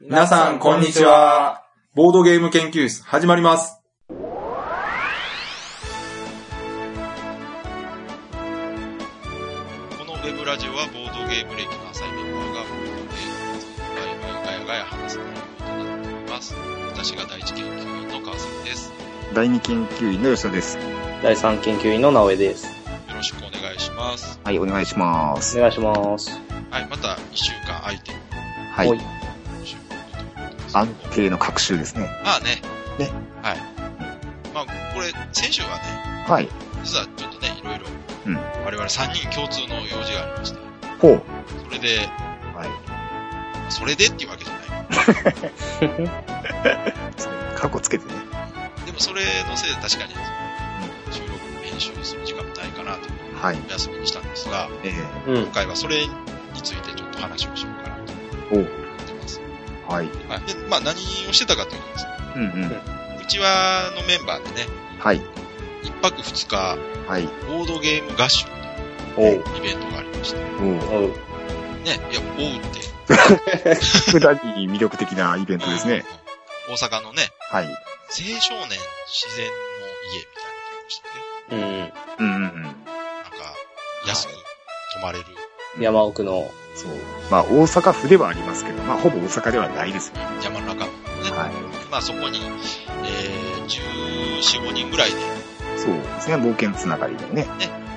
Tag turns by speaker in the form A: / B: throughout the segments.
A: 皆さん、こんにちは。ボードゲーム研究室、始まります。
B: このウェブラジオはボードゲーム歴の浅いメンバーがボードゲームについてワイワイガヤガヤ話す内容となっております。私が第一研究員の川崎です。よ
C: 第二研究員の吉田です。
D: 第3研究員の直江です。
B: ろしくお願いします。
C: はい、お願いします。
D: お願いします。
B: はい、また1週間空いて、
C: は
D: おい
C: い。
B: 今週ということですけど
C: 安定の各種ですね。
B: まあね。
C: ね。
B: はい。まあ、これ、先週はね、
C: はい。
B: 実はちょっとね、いろいろ、
C: うん
B: 我々3人共通の用事がありまして、
C: ほう。
B: それで、
C: はい。
B: それでっていうわけじゃない。
C: 過去つけてね。
B: でもそれのせいで確かに、収録、編集する時間もないかなという
C: はい。
B: お休みにしたんですが、
C: え
D: うん
B: 今。回はそれについてちょっと話をしようかなと思
C: えほう。
B: ってます。
C: は
B: は
C: い。
B: い。で、まあ何をしてたかというとですね、
C: うんうん。
B: うちはのメンバーでね、
C: はい。
B: 一泊二日、
C: はい。
B: ボードゲーム合宿と
C: おう。
B: いうイベントがありまして、ね、
C: おう。
D: おう
B: いや、おうって、
C: 普段に魅力的なイベントですね。
B: 大阪のね、
C: はい。
B: 青少年自然の家みたいなのがありましたね。
D: うん。
C: うんうんうん。
B: なんか、安く泊まれる。
D: 山奥 の、
C: そう。まあ、大阪府ではありますけど、まあ、ほぼ大阪ではないですよ。
B: 山の中のね、
C: は
B: まあそこに、えー、14、5人ぐらいで
C: い。そうですね。冒険つながりでね。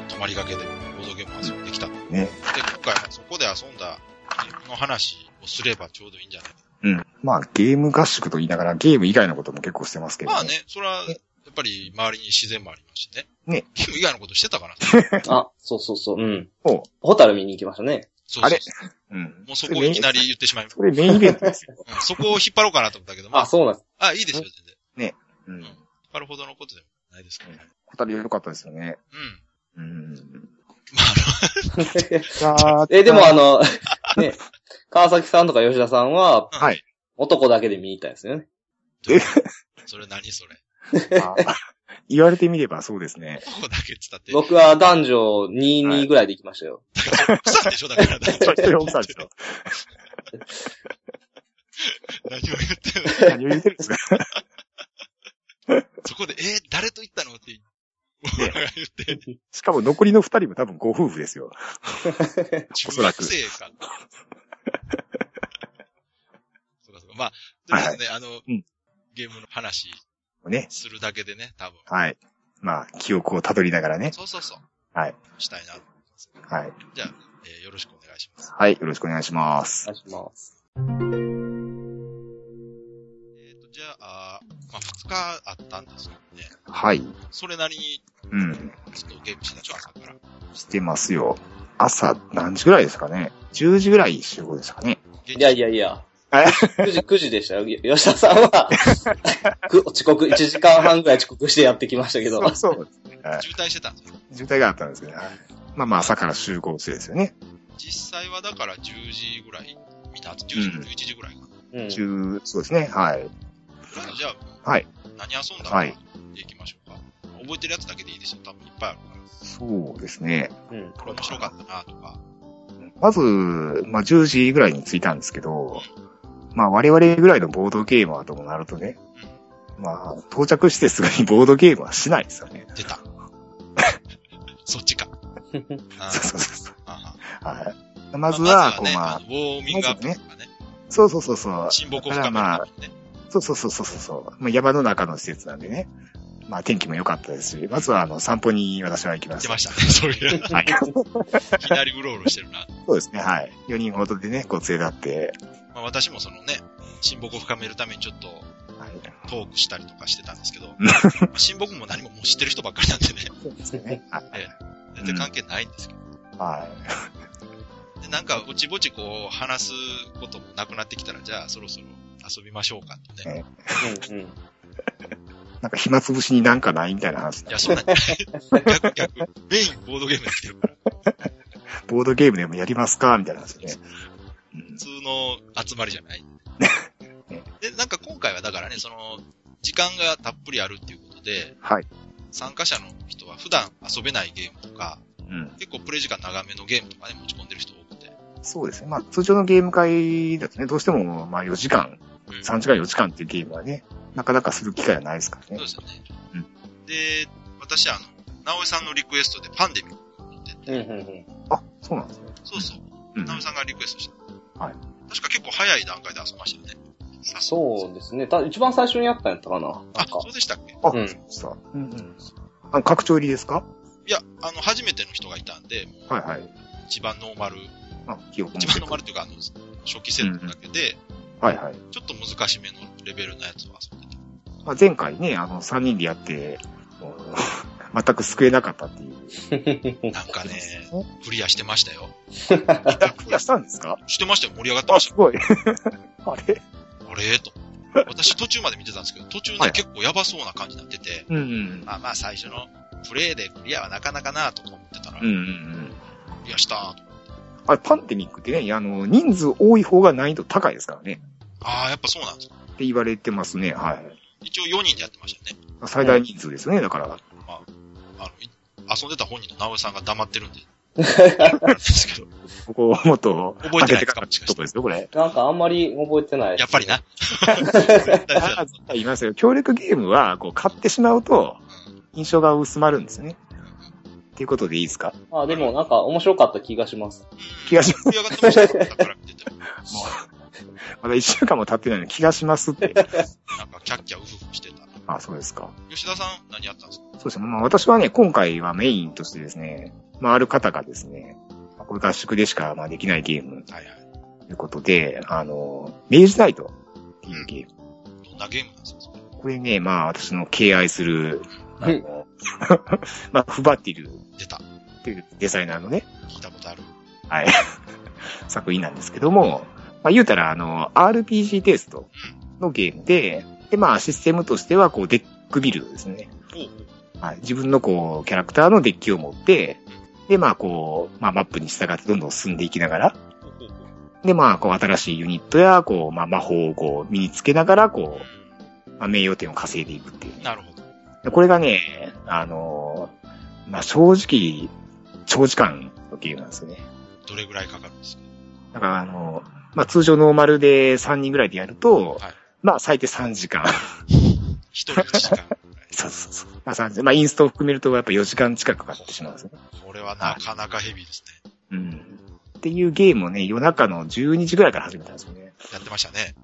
B: 泊まりがけでボードゲームを遊んできた。で、
C: ね。
B: 今回はそこで遊んだゲームの話をすればちょうどいいんじゃない
C: うん。まあ、ゲーム合宿と言いながら、ゲーム以外のことも結構してますけど、
B: まあ。ね、それは、やっぱり周りに自然もありますしね。
C: ね。
B: ゲーム以外のことしてたかな。
D: あ、そうそうそう、うん。
C: ほう。
D: ホタル見に行きましたね。
B: そうそう
C: あれ
B: もうそこをいきなり。言ってしまいまし
C: それメインそれメインイベントですよ。
B: た。うんそこを引っ張ろうかなと思ったけど、ま
D: あ、
B: あ、
D: そうなんです。
B: あ、いいですよ、全然。
C: うん。
B: 引っ張るほどのことでもないですからね。
C: ホタル良かったですよね。
B: うん。
C: うん。
B: まあ、
D: え、でもあ、の、 ね、川崎さんとか吉田さんは、
B: の
C: はい。
D: 男だけで見に行ったんですよね。
C: え
B: それ何それ。
C: あ言われてみればそうですね。
B: ここだけっつったって。
D: 僕は男女
C: は
D: 22
C: い
D: ぐらいで行きましたよ。
B: 奥さんでしょだから。
C: それ奥さんでしょ。
B: 何を言ってんの
C: 何を言ってるんですか
B: そこで、えー誰と行ったのって言う、僕らが言って、
C: しかも残りの二人も多分ご夫婦ですよ。お
B: 中
C: そらく
B: 学生 か。そうかそうか。まあ、とりあえずね、あの、
C: うん
B: ゲームの話
C: ね。
B: するだけでね、多分。
C: はい。まあ、記憶をたどりながらね。
B: そうそうそう。
C: はい。
B: したいな。
C: はい。
B: じゃあ、えーよろしくお願いします。
C: はい。よろしくお願いしま
D: お
C: す。
D: 願いします。
B: えっ、と、じゃあ、まあ、2日あったんですけどね。
C: はい。
B: それなりに、
C: うん。
B: ずっとゲームしてたでしょ、朝から。
C: してますよ。朝何時ぐらいですかね ?10 時ぐらい集合ですかね。
B: 現
D: いやいやいや。
C: え
D: 9時、9時でしたよ。吉田さん は、く遅刻、1時間半ぐらい遅刻してやってきましたけど。
C: そうそう。はい
B: 渋滞してたんですよ。
C: 渋滞があったんですけど、ね、まあまあ朝から集合してですよね。
B: 実際はだから10時ぐらい、みんな、10時、
C: うん
B: 11時ぐらいかな。
D: うん。
C: 中、そうですね。はい。
B: じゃあ、
C: はい
B: 何遊んだのか、
C: は
B: はいい、いきましょうか。覚えてるやつだけでいいですよ。多分いっぱいあるから。
C: そうですね。
D: うん。
B: これ面白かったなとか。
C: まず、まあ、10時ぐらいに着いたんですけど、まあ、我々ぐらいのボードゲーマーともなるとね、まあ、到着施設にボードゲームはしないですよね。
B: 出 た。そっちか。あ
C: そ
B: ー
C: うそうそうそう。
B: あー
C: はい。まずは、こ
B: ま
C: う、
B: ず
C: ま
B: は
C: あ
B: ね、、のウォーミングアップとかね。
C: そうそうそうそう。
B: 親睦を
C: だ
B: 深め
C: から
B: る
C: ま
B: た
C: あ、
B: めにね。
C: そうそうそうそうそう。まあ、山の中の施設なんでね。まあ、天気も良かったですし、まずは、あの、散歩に私は行きま
B: 出
C: し
B: ま
C: た。
B: した ね。そういう。
C: はい。
B: いきなりうろうろしてるな。
C: そうですね、はい。4人ほどでね、こう連れ立って、
B: まあ、私もそのね、親睦を深めるためにちょっと
C: はい。
B: トークしたりとかしてたんです けど、まあ親睦も何ももう知ってる人ばっかりなんでね、
C: そうですね。はい。
B: 全然関係ないんですけど
C: はい。
B: で、なんか、ぼちぼちこう、話すこともなくなってきたら、じゃあ、そろそろ遊びましょうかってね。
D: うんうん。
C: なんか暇つぶしになんかないみたいな話に
B: い
C: な
B: や、
C: って
B: そんなんじ ゃない。逆、逆。メインボードゲームやってるから。
C: ボードゲームでもやりますかみたいな話でね。うん
B: 普通の集まりじゃない。で、なんか今回はだからね、その、時間がたっぷりあるっていうことで、
C: はい。
B: 参加者の人は普段遊べないゲームとか、
C: うん。
B: 結構プレイ時間長めのゲームとかね、持ち込んでる人多くて。
C: そうですね。まあ、通常のゲーム会だとね、どうしても、まあ、4時間、
B: うん
C: 3時間4時間っていうゲームはね、なかなかする機会はないですから
B: そう
C: ね
B: で。すよね。で、私、あの、直江さんのリクエストでパンデミックを見てて、
D: うんうん
C: あ、そうなんですね。
B: そうそう、
C: うん。
B: 直江さんがリクエストした。
C: はい。
B: 確か結構早い段階で遊びましたよね。さ
D: そうですね。た一番最初にやったんやったかな。なん
B: あ、
D: か
B: そ。うでしたっけ
C: あ、
D: うん
C: そうですか。うんうん。あの、拡張入りですか
B: いや、あの、初めての人がいたんで、
C: はいはい。
B: 一番ノーマル、
C: あ、記憶も
B: 一番ノーマルっていうか、あの、初期セットだけで、
C: はいはい。
B: ちょっと難しめのレベルのやつを遊ん でた。
C: まあ、前回ね、あの、3人でやって、もう 全く救えなかったっていう。
B: なんかね、
C: お
B: クリアしてました よ。
C: クリアしたんですか
B: してましたよ。盛り上がってま
C: あ、
B: し
C: すごい。 あれ
B: た。あれと。私途中まで見てたんですけど、途中ね、
C: はい
B: 結構やばそうな感じになってて、
C: うんうん。
B: まあまあ最初のプレイでクリアはなかなかなとか思ってたら、
C: うんうんうん。
B: クリアしたーと。
C: あれ、パンデミックってね、あの、人数多い方が難易度高いですからね。
B: ああ、やっぱそうなんですか。
C: って言われてますね。はい。
B: 一応4人でやってましたよね。
C: 最大人数ですね、だから。
B: あの、い遊んでた本人と直江さんが黙ってるん で。なんですけど、
C: ここをもっと、
B: 覚えてないですか
C: 開けってとこですよ、これ。
D: なんかあんまり覚えてない。
B: やっぱりな。
C: ああ、言いますよ。協力ゲームは、こう、買ってしまうと、印象が薄まるんですね。っていうことでいいですか
D: まあでもなんか面白かった気がし ます。
C: 気がし
B: ます。盛り上がってましたよ。だから見てても。
C: まだ一週間も経ってないのに気がしますって。
B: なんかキャッキャウフフしてた。
C: あ、そうですか。
B: 吉田さん何やったんですか
C: そうですね。まあ私はね、今回はメインとしてですね、まあある方がですね、まあこれ合宿でしかまあできないゲーム
B: はいはい。
C: ということで、あの、明治ナイトっていうゲーム。
B: どんなゲームなんですかそれ
C: これね、まあ私の敬愛する、あの、 まあフバティル
B: 出た。
C: というデザイナーのね、
B: 聞いたことある。
C: はい、作品なんですけども、まあ言うたらあの、RPG テイストのゲームで、でまあシステムとしてはこうデックビルドですね。
B: ほうほう。
C: はい、自分のこう、キャラクターのデッキを持って、で、まあこう、まあマップに従ってどんどん進んでいきながら、
B: ほうほうほう。
C: で、まあこう新しいユニットや、こう、まあ魔法をこう身につけながら、こう、まあ名誉点を稼いでいくっていう、ね。
B: なるほど。
C: でこれがね、あのーまあ正直、長時間のゲームなんですよね。
B: どれぐらいかかるんですか
C: だからあのーまあ通常ノーマルで3人ぐらいでやると、
B: はい
C: まあ最低3時間。
B: 一人1時間。
C: そうそうそう。まあ3時まあインストを含めるとやっぱ4時間近くかかってしまうんですね。
B: これはなかなかヘビーですね。
C: うんっていうゲームをね、夜中の12時ぐらいから始めたんですよね。
B: やってましたね。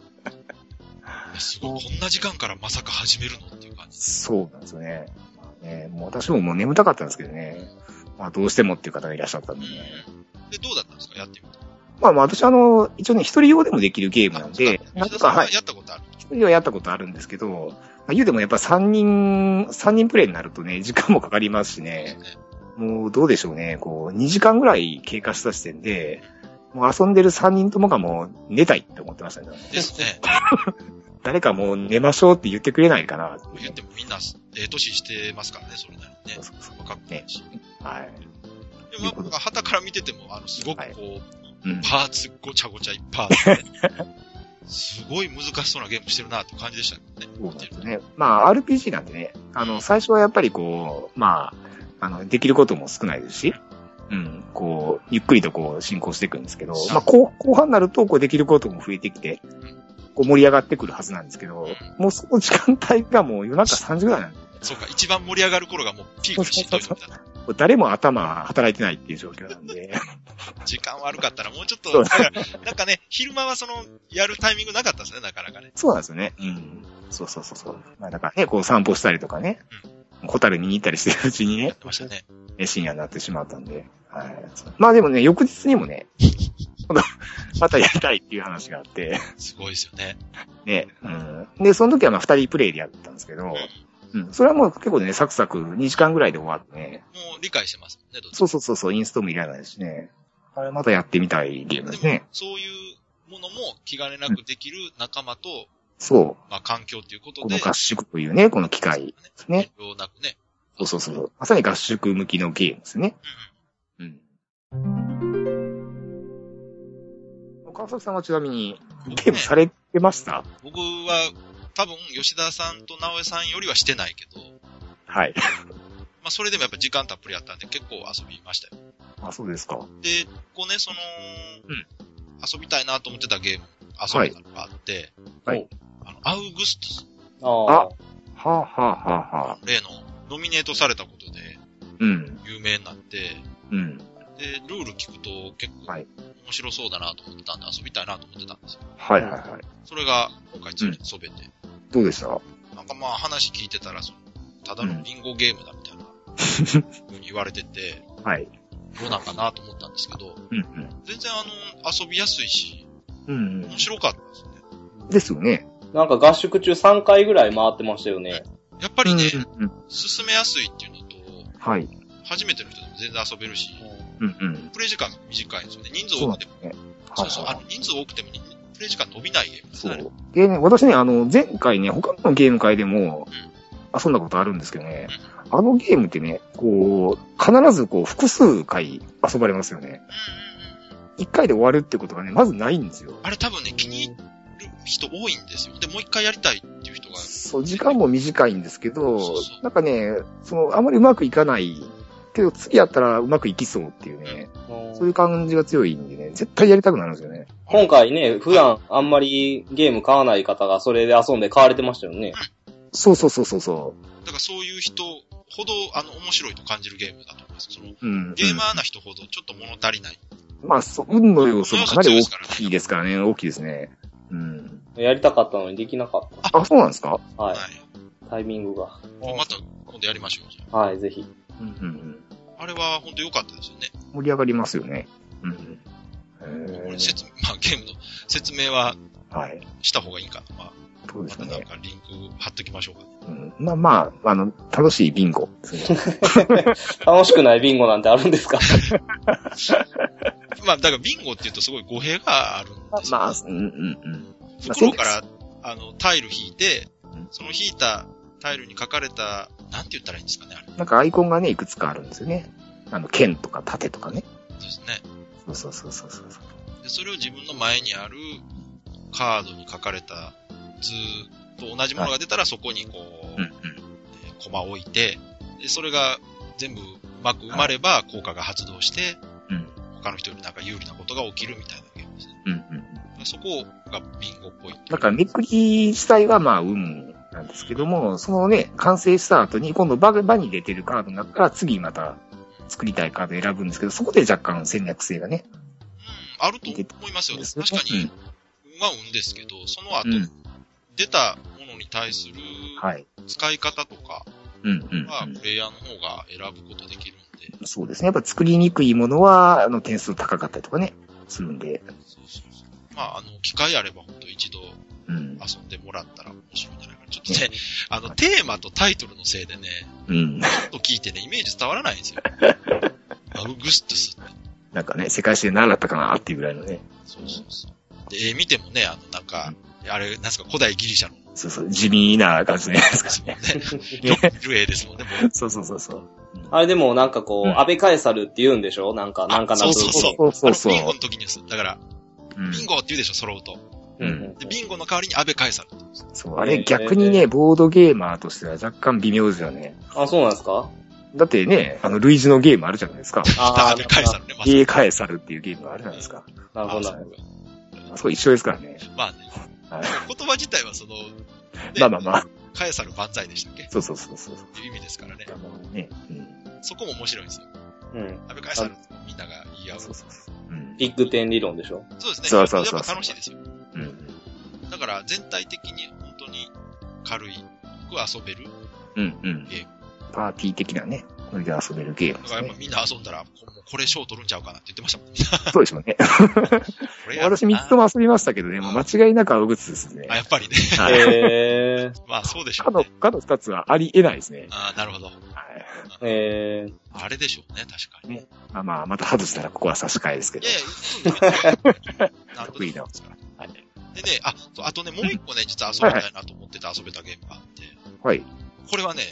B: いやすごい。こんな時間からまさか始めるのっていう感じ。
C: そうなんですよね。まあねもう私ももう眠たかったんですけどね。まあどうしてもっていう方がいらっしゃったんでね。
B: で、どうだったんですかやってみて。
C: まあまあ私あの、一応ね、一人用でもできるゲームなんで、
B: あ
C: なん
B: 吉田さ
C: とか
B: ん
C: は、
B: はいやったことある。
C: 一人はやったことあるんですけど、まあ、言うてもやっぱ三人、三人プレイになるとね、時間もかかりますしね。もうどうでしょうね、こう、2時間ぐらい経過した時点で、もう遊んでる3人ともがもう寝たいって思ってましたね。
B: ですね。
C: 誰かもう寝ましょうって言ってくれないかなっていうね
B: 言ってもみんな、ええ年してますからね、それなりにね
C: そう。そうそう
B: 若くないし。
C: はい。
B: でも、なんか、旗から見てても、あの、すごくこう、
C: うん。
B: パーツごちゃごちゃいっぱいあって、すごい難しそうなゲームしてるなって感じでしたけどね。
C: そうなんですよね。まあ、RPG なんでね、あの、最初はやっぱりこう、まあ、あの、できることも少ないですし、うん、こう、ゆっくりとこう、進行していくんですけど、まあ、後後半になると、こう、できることも増えてきて、こう、盛り上がってくるはずなんですけど、もうその時間帯がもう夜中3時ぐらいなんで、
B: そうか、一番盛り上がる頃がもうピークでしんどいみたいな。
C: こう誰も頭働いてないっていう状況なんで、
B: 時間悪かったらもうちょっ
C: そ
B: と、
C: う
B: だからなんかね、昼間はその、やるタイミングなかったですね、なかなかね。
C: そうなんですよね。うん。そうそうそうそう。まあ、だからね、こう、散歩したりとかね、ホタル見に行ったりしてるうちにね
B: やっ、てましたね。
C: え深夜になってしまったんで。はい。まあでもね、翌日にもね、 今度またやりたいっていう話があって、
B: すごいですよね。
C: ね、うん。で、その時はまあ二人プレイでやったんですけど、うん。それはもう結構ね、サクサク2時間ぐらいで終わってね、
B: もう理解してますもんね、どっち
C: そうそうそう、そうインストもいらないですしね。あれまたやってみたいゲームです
B: でも
C: ね。、
B: そういうものも気兼ねなくできる仲間と、
C: そ
B: まあ、環境というこ
C: う。
B: と
C: こ
B: で、
C: の合宿というね、この機
B: そう
C: 会
B: ね
C: ですね。
B: 遠慮なくね。
C: そうそうそう。まさに合宿向きのゲームですね。うん。川崎さんはちなみに、ゲームされてました
B: 僕は、多分、吉田さんと直江さんよりはしてないけど、
C: はい。
B: まあ、それでもやっぱ時間たっぷりあったんで結構遊びましたよ。
C: あ、そうですか。
B: で、こうね、その、
C: うん
B: 遊びたいなと思ってたゲーム、遊びたのがあって、
C: はい
B: あの、アウグストス、
D: ああ。
C: はあ、はあはあはあ、
B: 例の、ノミネートされたことで
C: うん、
B: 有名になって、
C: うん。
B: で、ルール聞くと結構
C: はい
B: 面白そうだなと思ってたんで、遊びたいなと思ってたんですよ。
C: はいはいはい。
B: それが今回ついに遊べて、
C: どうでした
B: なんかまあ話聞いてたら、その、ただのビンゴゲームだみたいな、ふうに言われてて、
C: はい。
B: どうなんかなと思ったんですけど、
C: うん、
B: 全然あの、遊びやすいし、
C: うん。うん、
B: 面白かったですね。
C: ですよね。
D: なんか合宿中3回ぐらい回ってましたよね。
B: やっぱりね、
C: うんうん、
B: 進めやすいっていうのと、
C: はい。
B: 初めての人でも全然遊べるし、
C: うん、うん。
B: プレイ時間が短いんですよね。人数多くても、
C: ね。
B: そ
C: は
B: う
C: い
B: そう、
C: は
B: あ
C: い
B: の、人数多くてもに、プレイ時間伸びないゲームです
C: そ
B: ね。
C: う。でね、私ね、あの、前回ね、他のゲーム会でも遊んだことあるんですけどね、あのゲームってね、こう、必ずこう、複数回遊ばれますよね。
B: うんうんうん。
C: 一回で終わるってことがね、まずないんですよ。
B: あれ多分ね、気に入る人多いんですよ。で、もう一回やりたいっていう人が、
C: そう、時間も短いんですけど
B: そうそ、う
C: なんかね、その、あまりうまくいかない、けど次やったらうまくいきそうっていうね、そういう感じが強いんでね、絶対やりたくなるんですよね。
D: 今回ね、普段あんまりゲーム買わない方がそれで遊んで買われてましたよね。
C: そうそうそうそうそ
B: だからそういう人ほど、あの、面白いと感じるゲームだと思います。その、
C: う。うん。
B: ゲーマーな人ほどちょっと物足りない。
C: まあ、そう、運の要素もかなり
B: 運の要素強いですからね
C: 大きいですからね、大きいですね。うん。
D: やりたかったのにできなかっ
C: あ、そうなんですか
D: た。はい
B: は。
D: タイミングが。
B: い。また今度やりましょうじゃ
D: はい、ぜひ。
C: うんうん
B: あ。あれは本当良かったですよね。
C: うん。盛り上がりますよね。うん。
B: これ説明、まあゲ
C: え
B: ームの説明は
C: はい。
B: した方がいいかな。まあ、
C: そうで
B: ますたなん
C: ね。
B: かリンク貼っときましょうか。
C: うん、まあまあ、あの、楽しいビンゴです ね。
D: 楽しくないビンゴなんてあるんですか
B: まあ、だからビンゴって言うとすごい語弊があるんですよ、
C: まあ、うんうん
B: 袋から、あの、タイル引いて
C: うん、
B: その引いたタイルに書かれた、なんて言ったらいいんですかね、あれ。
C: うん。なんかアイコンがね、いくつかあるんですよね。あの、剣とか盾とかね。
B: そうですね。
C: そうそうそうそうそう。
B: で、それを自分の前にあるカードに書かれた図と同じものが出たら、そこにこう、
C: うんう
B: え
C: ん。
B: ーコマを置いて、で、それが全部うまく埋まれば効果が発動して、
C: うん
B: 他の人よりなんか有利なことが起きるみたいなゲームですね。
C: うんうん。
B: そこがビンゴっぽいっていう。
C: だから、めくり自体はまあ、運なんですけども、そのね、完成した後に、今度場場に出てるカードになったら、次また作りたいカード選ぶんですけど、そこで若干戦略性がね。
B: うん、あると思いますよね。
C: ですね
B: 確かに、運は運ですけど、その後、
C: うん
B: 出たものに対する
C: はい。
B: 使い方とか
C: うんうん、
B: は、
C: う
B: プレイヤーの方が選ぶことできるんで、
C: ん。そうですね。やっぱ作りにくいものは、あの、点数高かったりとかね、するんで。
B: そうそうそう。まあ、あの、機会あれば、本当一度
C: うん。
B: 遊んでもらったら面白いんじゃないかな。ちょっとね、あの、テーマとタイトルのせいでね、
C: うん。
B: ちょっと聞いてね、イメージ伝わらないんですよ。アウグストゥスって。
C: なんかね、世界史で習ったかなっていうぐらいのね。
B: そうそうそう。で、絵見てもね、あの、なんか、あれ、なんすか、古代ギリシャの
C: そうそう、地味な感じじゃないですか
B: ですもんね。
C: ね
B: よ。く見る絵ですもんね、もう。
C: そうそうそうそう。
D: あれでもなんかこう、
C: うん
D: 安倍カエサルって言うんでしょなんか、なんかな
B: あ
D: ん
B: そうそう
C: そうそうそう
B: あのビンゴの時にです。だから、
C: うん
B: ビンゴって言うでしょ、揃うと。
D: うんうん
B: で、ビンゴの代わりに安倍返さる。
C: そう、あれ逆にね、ボードゲーマーとしては若干微妙ですよね。
D: あ、そうなんですか
C: だってね、あの、類似のゲームあるじゃないですか。
D: ああ、な
B: 安倍
D: るほ
B: 返
D: ど
B: さるね、まさ
C: ゲーカエサルっていうゲームがあるじゃないですか。
D: なるほどなるほど。
C: あそこ一緒ですからね。
B: まあね。
C: はい
B: 言葉自体はその、
C: まあまあまあ。
B: 返さる万歳でしたっけっ
C: そうそうそうそう。
B: ていう意味ですからね。
C: ね。うん。
B: そこも面白いんですよ。
D: うん。
B: 安倍返さるみんなが言い合う。
C: そ
B: そう
C: そうそう。うん。
D: ビッグテン理論でしょ
B: うですね。
C: そうそうそうそう
B: やっぱ楽しいですよ。
C: うん。
B: だから全体的に本当に軽い。僕は遊べる。
C: うん。うん
B: ゲー。
C: パーティー的なね、ノリで遊べるゲーム
B: だ
C: で
B: か
C: す
B: らやっ
C: ね
B: ぱ。みんな遊んだら、ここれ賞取るんちゃうかなって言ってましたもん。
C: そうでしょうね。
B: これやるな
C: 私3つとも遊びましたけどね、もう間違いなく青靴ですね
B: あ、。やっぱりね。
C: はい。
D: え
B: まあそうでしょ
C: 他
B: う
C: の、
B: ね。
C: 他の2つはありえないですね。
B: ああ、なるほど。
C: は
D: ー、
C: い。
D: えー、
B: あれでしょうね、確かに。
C: ねまあまあ、また外したらここは差し替えですけ
B: い
C: ど
B: や。い や、
C: 得意な
B: ですから。
C: はい
B: でね、あ、そうあとね、もう一個ね、実は遊びたいなと思ってて遊べたゲームがあって、
C: はい。
B: これはね、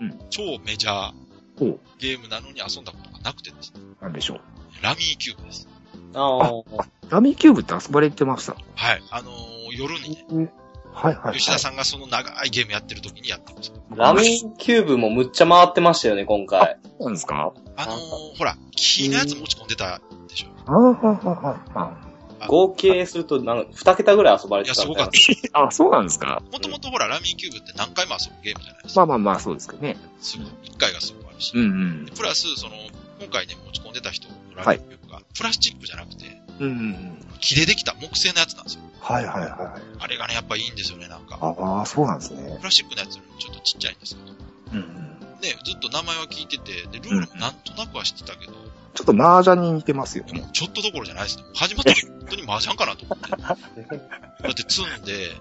C: うん
B: 超メジャー
C: おう
B: ゲームなのに遊んだことがなくてですね、
C: なんでしょう。
B: ラミーキューブです。
D: あー
C: ラミーキューブって遊ばれてました
B: はい。あのー夜にね、
C: はいはい。
B: 吉田さんがその長いゲームやってる時にやってます。
D: ラミーキューブもむっちゃ回ってましたよね、今回。
C: ん。なんですか
B: あのー、ほら、キーのやつ持ち込んでたでしょ。
C: あはいはいは
B: あ
D: 合計すると、なんか、二桁ぐらい遊ばれ
B: い
D: て
B: や、
D: た
B: す
D: み
B: ご
D: たい
B: か
D: な
B: っ。た。
C: い。あ、そうなんですか
B: もともとほら、ラミーキューブって何回も遊ぶゲームじゃないです
C: ま
B: か。
C: あまあまあ、そうですけどね。
B: すごい。1回がすごいあるし。
C: うんうん。
B: プラス、その、今回ね、持ち込んでた人のラ
C: はい
B: ミーキューブが、プラスチックじゃなくて、
C: うんうん。
B: 木でできた木製のやつなんですよ。
C: はいはいはい。
B: あれがね、やっぱいいんですよね、なんか。
C: ああ、そうなんですね
B: プ。ラスチックのやつよりもちょっとちっちゃいんですけど。
C: うんうん。
B: ね、ずっと名前は聞いてて、で、ルールもなんとなくは知ってたけど、
C: ちょっと麻雀に似てますよ
B: で
C: ね。
B: もちょっとどころじゃないですね。始まった時、本当に麻雀かなと思 って。だって積んで、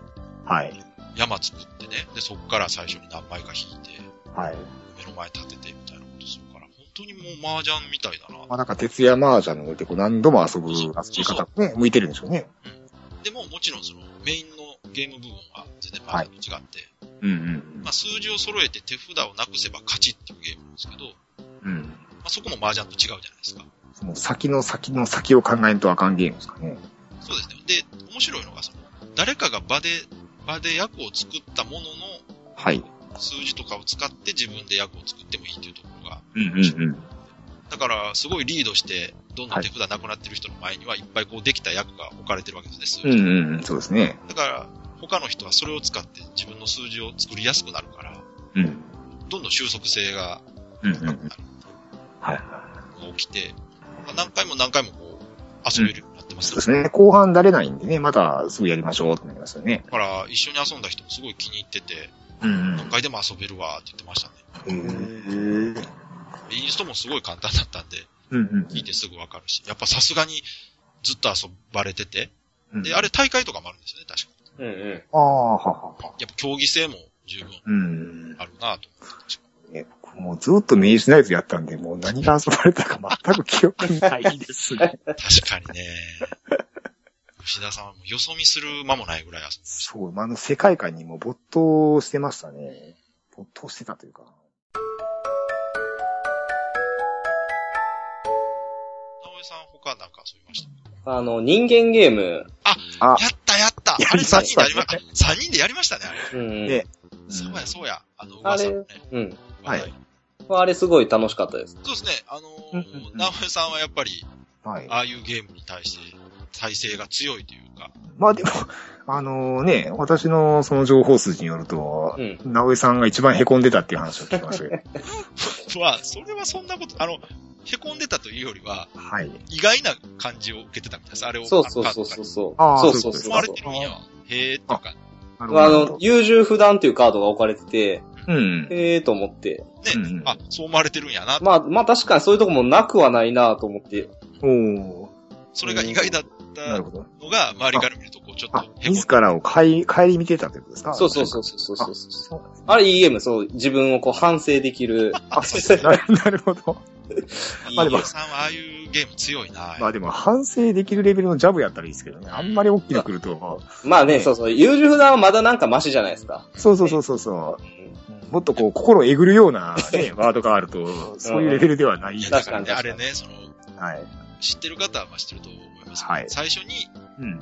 C: はい。
B: 山作ってね、で、そこから最初に何枚か引いて、
C: はい。
B: 目の前立ててみたいなことするから、本当にもう麻雀みたいだな。
C: まあなんか、徹夜麻雀の結構何度も遊ぶ遊び方がね、向いてるんでしょうね。
B: でも、もちろんそのメインのゲーム部分は全然麻雀と違って、
C: うんうん
B: まあ数字を揃えて手札をなくせば勝ちっていうゲームなんですけど、
C: うん。うん。
B: まあそこも麻雀と違うじゃないですか。
C: その先の先の先を考えんとあかんゲームですかね。
B: そうですね。で、面白いのが、その、誰かが場で、場で役を作ったものの
C: はい。
B: 数字とかを使って自分で役を作ってもいいっていうところが、
C: うんうんうん。
B: だから、すごいリードして、どんどん手札なくなってる人の前には、いっぱいこうできた役が置かれてるわけですね、数字。
C: うんうんうん、そうですね。
B: だから、他の人はそれを使って自分の数字を作りやすくなるから、
C: うん。
B: どんどん収束性が
C: うんうんう
B: 高く
C: ん。
B: なる
C: はい。
B: のが起きて、まあ何回も何回もこう、遊べるようになってます
C: そう
B: よ
C: ですね。後半慣れないんでね、またすぐやりましょうってなりますよね。
B: だから、一緒に遊んだ人もすごい気に入ってて、
C: うん
B: 何回でも遊べるわって言ってましたね。
C: うん。へえ。
B: インストもすごい簡単だったんで、
C: うん
B: 聞いてすぐわかるし、やっぱさすがにずっと遊ばれてて、
C: うん。
B: で、あれ大会とかもあるんですよね、確か。
D: うんうん。
C: ああ、ははは。
B: やっぱ競技性も十分
C: うん。
B: あるなと。
C: ね僕もうずっと明治ナイツやったんで、もう何が遊ばれたか全く記憶にないです ね。
B: 確かにね。吉田さんはもうよそ見する間もないぐらい遊ぶ。
C: そう、まああの世界観にも没頭してましたね。没頭してたというか。
B: 直江さん他なんか遊びました
D: あの、人間ゲーム。
C: あ、
B: やったやった
C: や
B: あれ
C: りま
B: 3
C: し
B: 人
C: た
B: で
C: ね
B: やりま、あ三人でやりましたね、あれ。
D: うん。
C: ね
B: そうや、そうや。あの、
D: あ
B: 噂
D: れ
B: のね。
D: うん。
C: はい
B: 話題
D: あれすごい楽しかったです。
B: そうですね、あ
C: うん
B: の
C: うんうん
B: ー、直江さんはやっぱり、
C: はい。
B: ああいうゲームに対して、耐性が強いというか、
C: まあでも、あのね、私のその情報筋によると
D: う、ん。
C: 直江さんが一番凹んでたっていう話を聞きましたけど。
B: まあ、それはそんなこと、あの、凹んでたというよりは、
C: はい。
B: 意外な感じを受けてたみたいです。あれを。
D: そうそうそうそう。そう
C: あー
D: そうそう
B: 含
D: そ
B: ま
D: う
B: れてるんや。へえ、とか。
C: な
D: あの、優柔不断っていうカードが置かれてて、
C: うん。
D: ええー、と思って。
B: ね、
C: うんうん
B: あ、そう思われてるんやな。
D: まあ、まあ確かにそういうとこもなくはないなと思って。
C: おー
B: それが意外だっ
C: な
B: た
C: るほど。
B: のが、周りから見ると、こう、ちょっと
C: あ、
B: へこん
C: 自らをかい帰り見てたってことですか
D: そうそう
C: う。
D: そうそうそうそう。
C: そう
D: あれいいゲーム、そう、自分をこう反省できる。
C: あ、そうななるほど。まあでも
B: 飯尾さんはああいうゲーム強いな。
C: まあでも反省できるレベルのジャブやったらいいですけどね。あんまり大きくくると。
D: まあね、
C: ね
D: そうそう、優柔不断はまだなんかマシじゃないですか。
C: そうそうそうそうそう。もっとこう、心えぐるようなね、ワードがあると、そういうレベルではない。
B: だか
D: 確
B: ら
D: かに
B: ね、あれね、その、
C: はい。
B: 知ってる方はまあ知ってると思いますけど、
C: はい
B: 最初に
C: うん。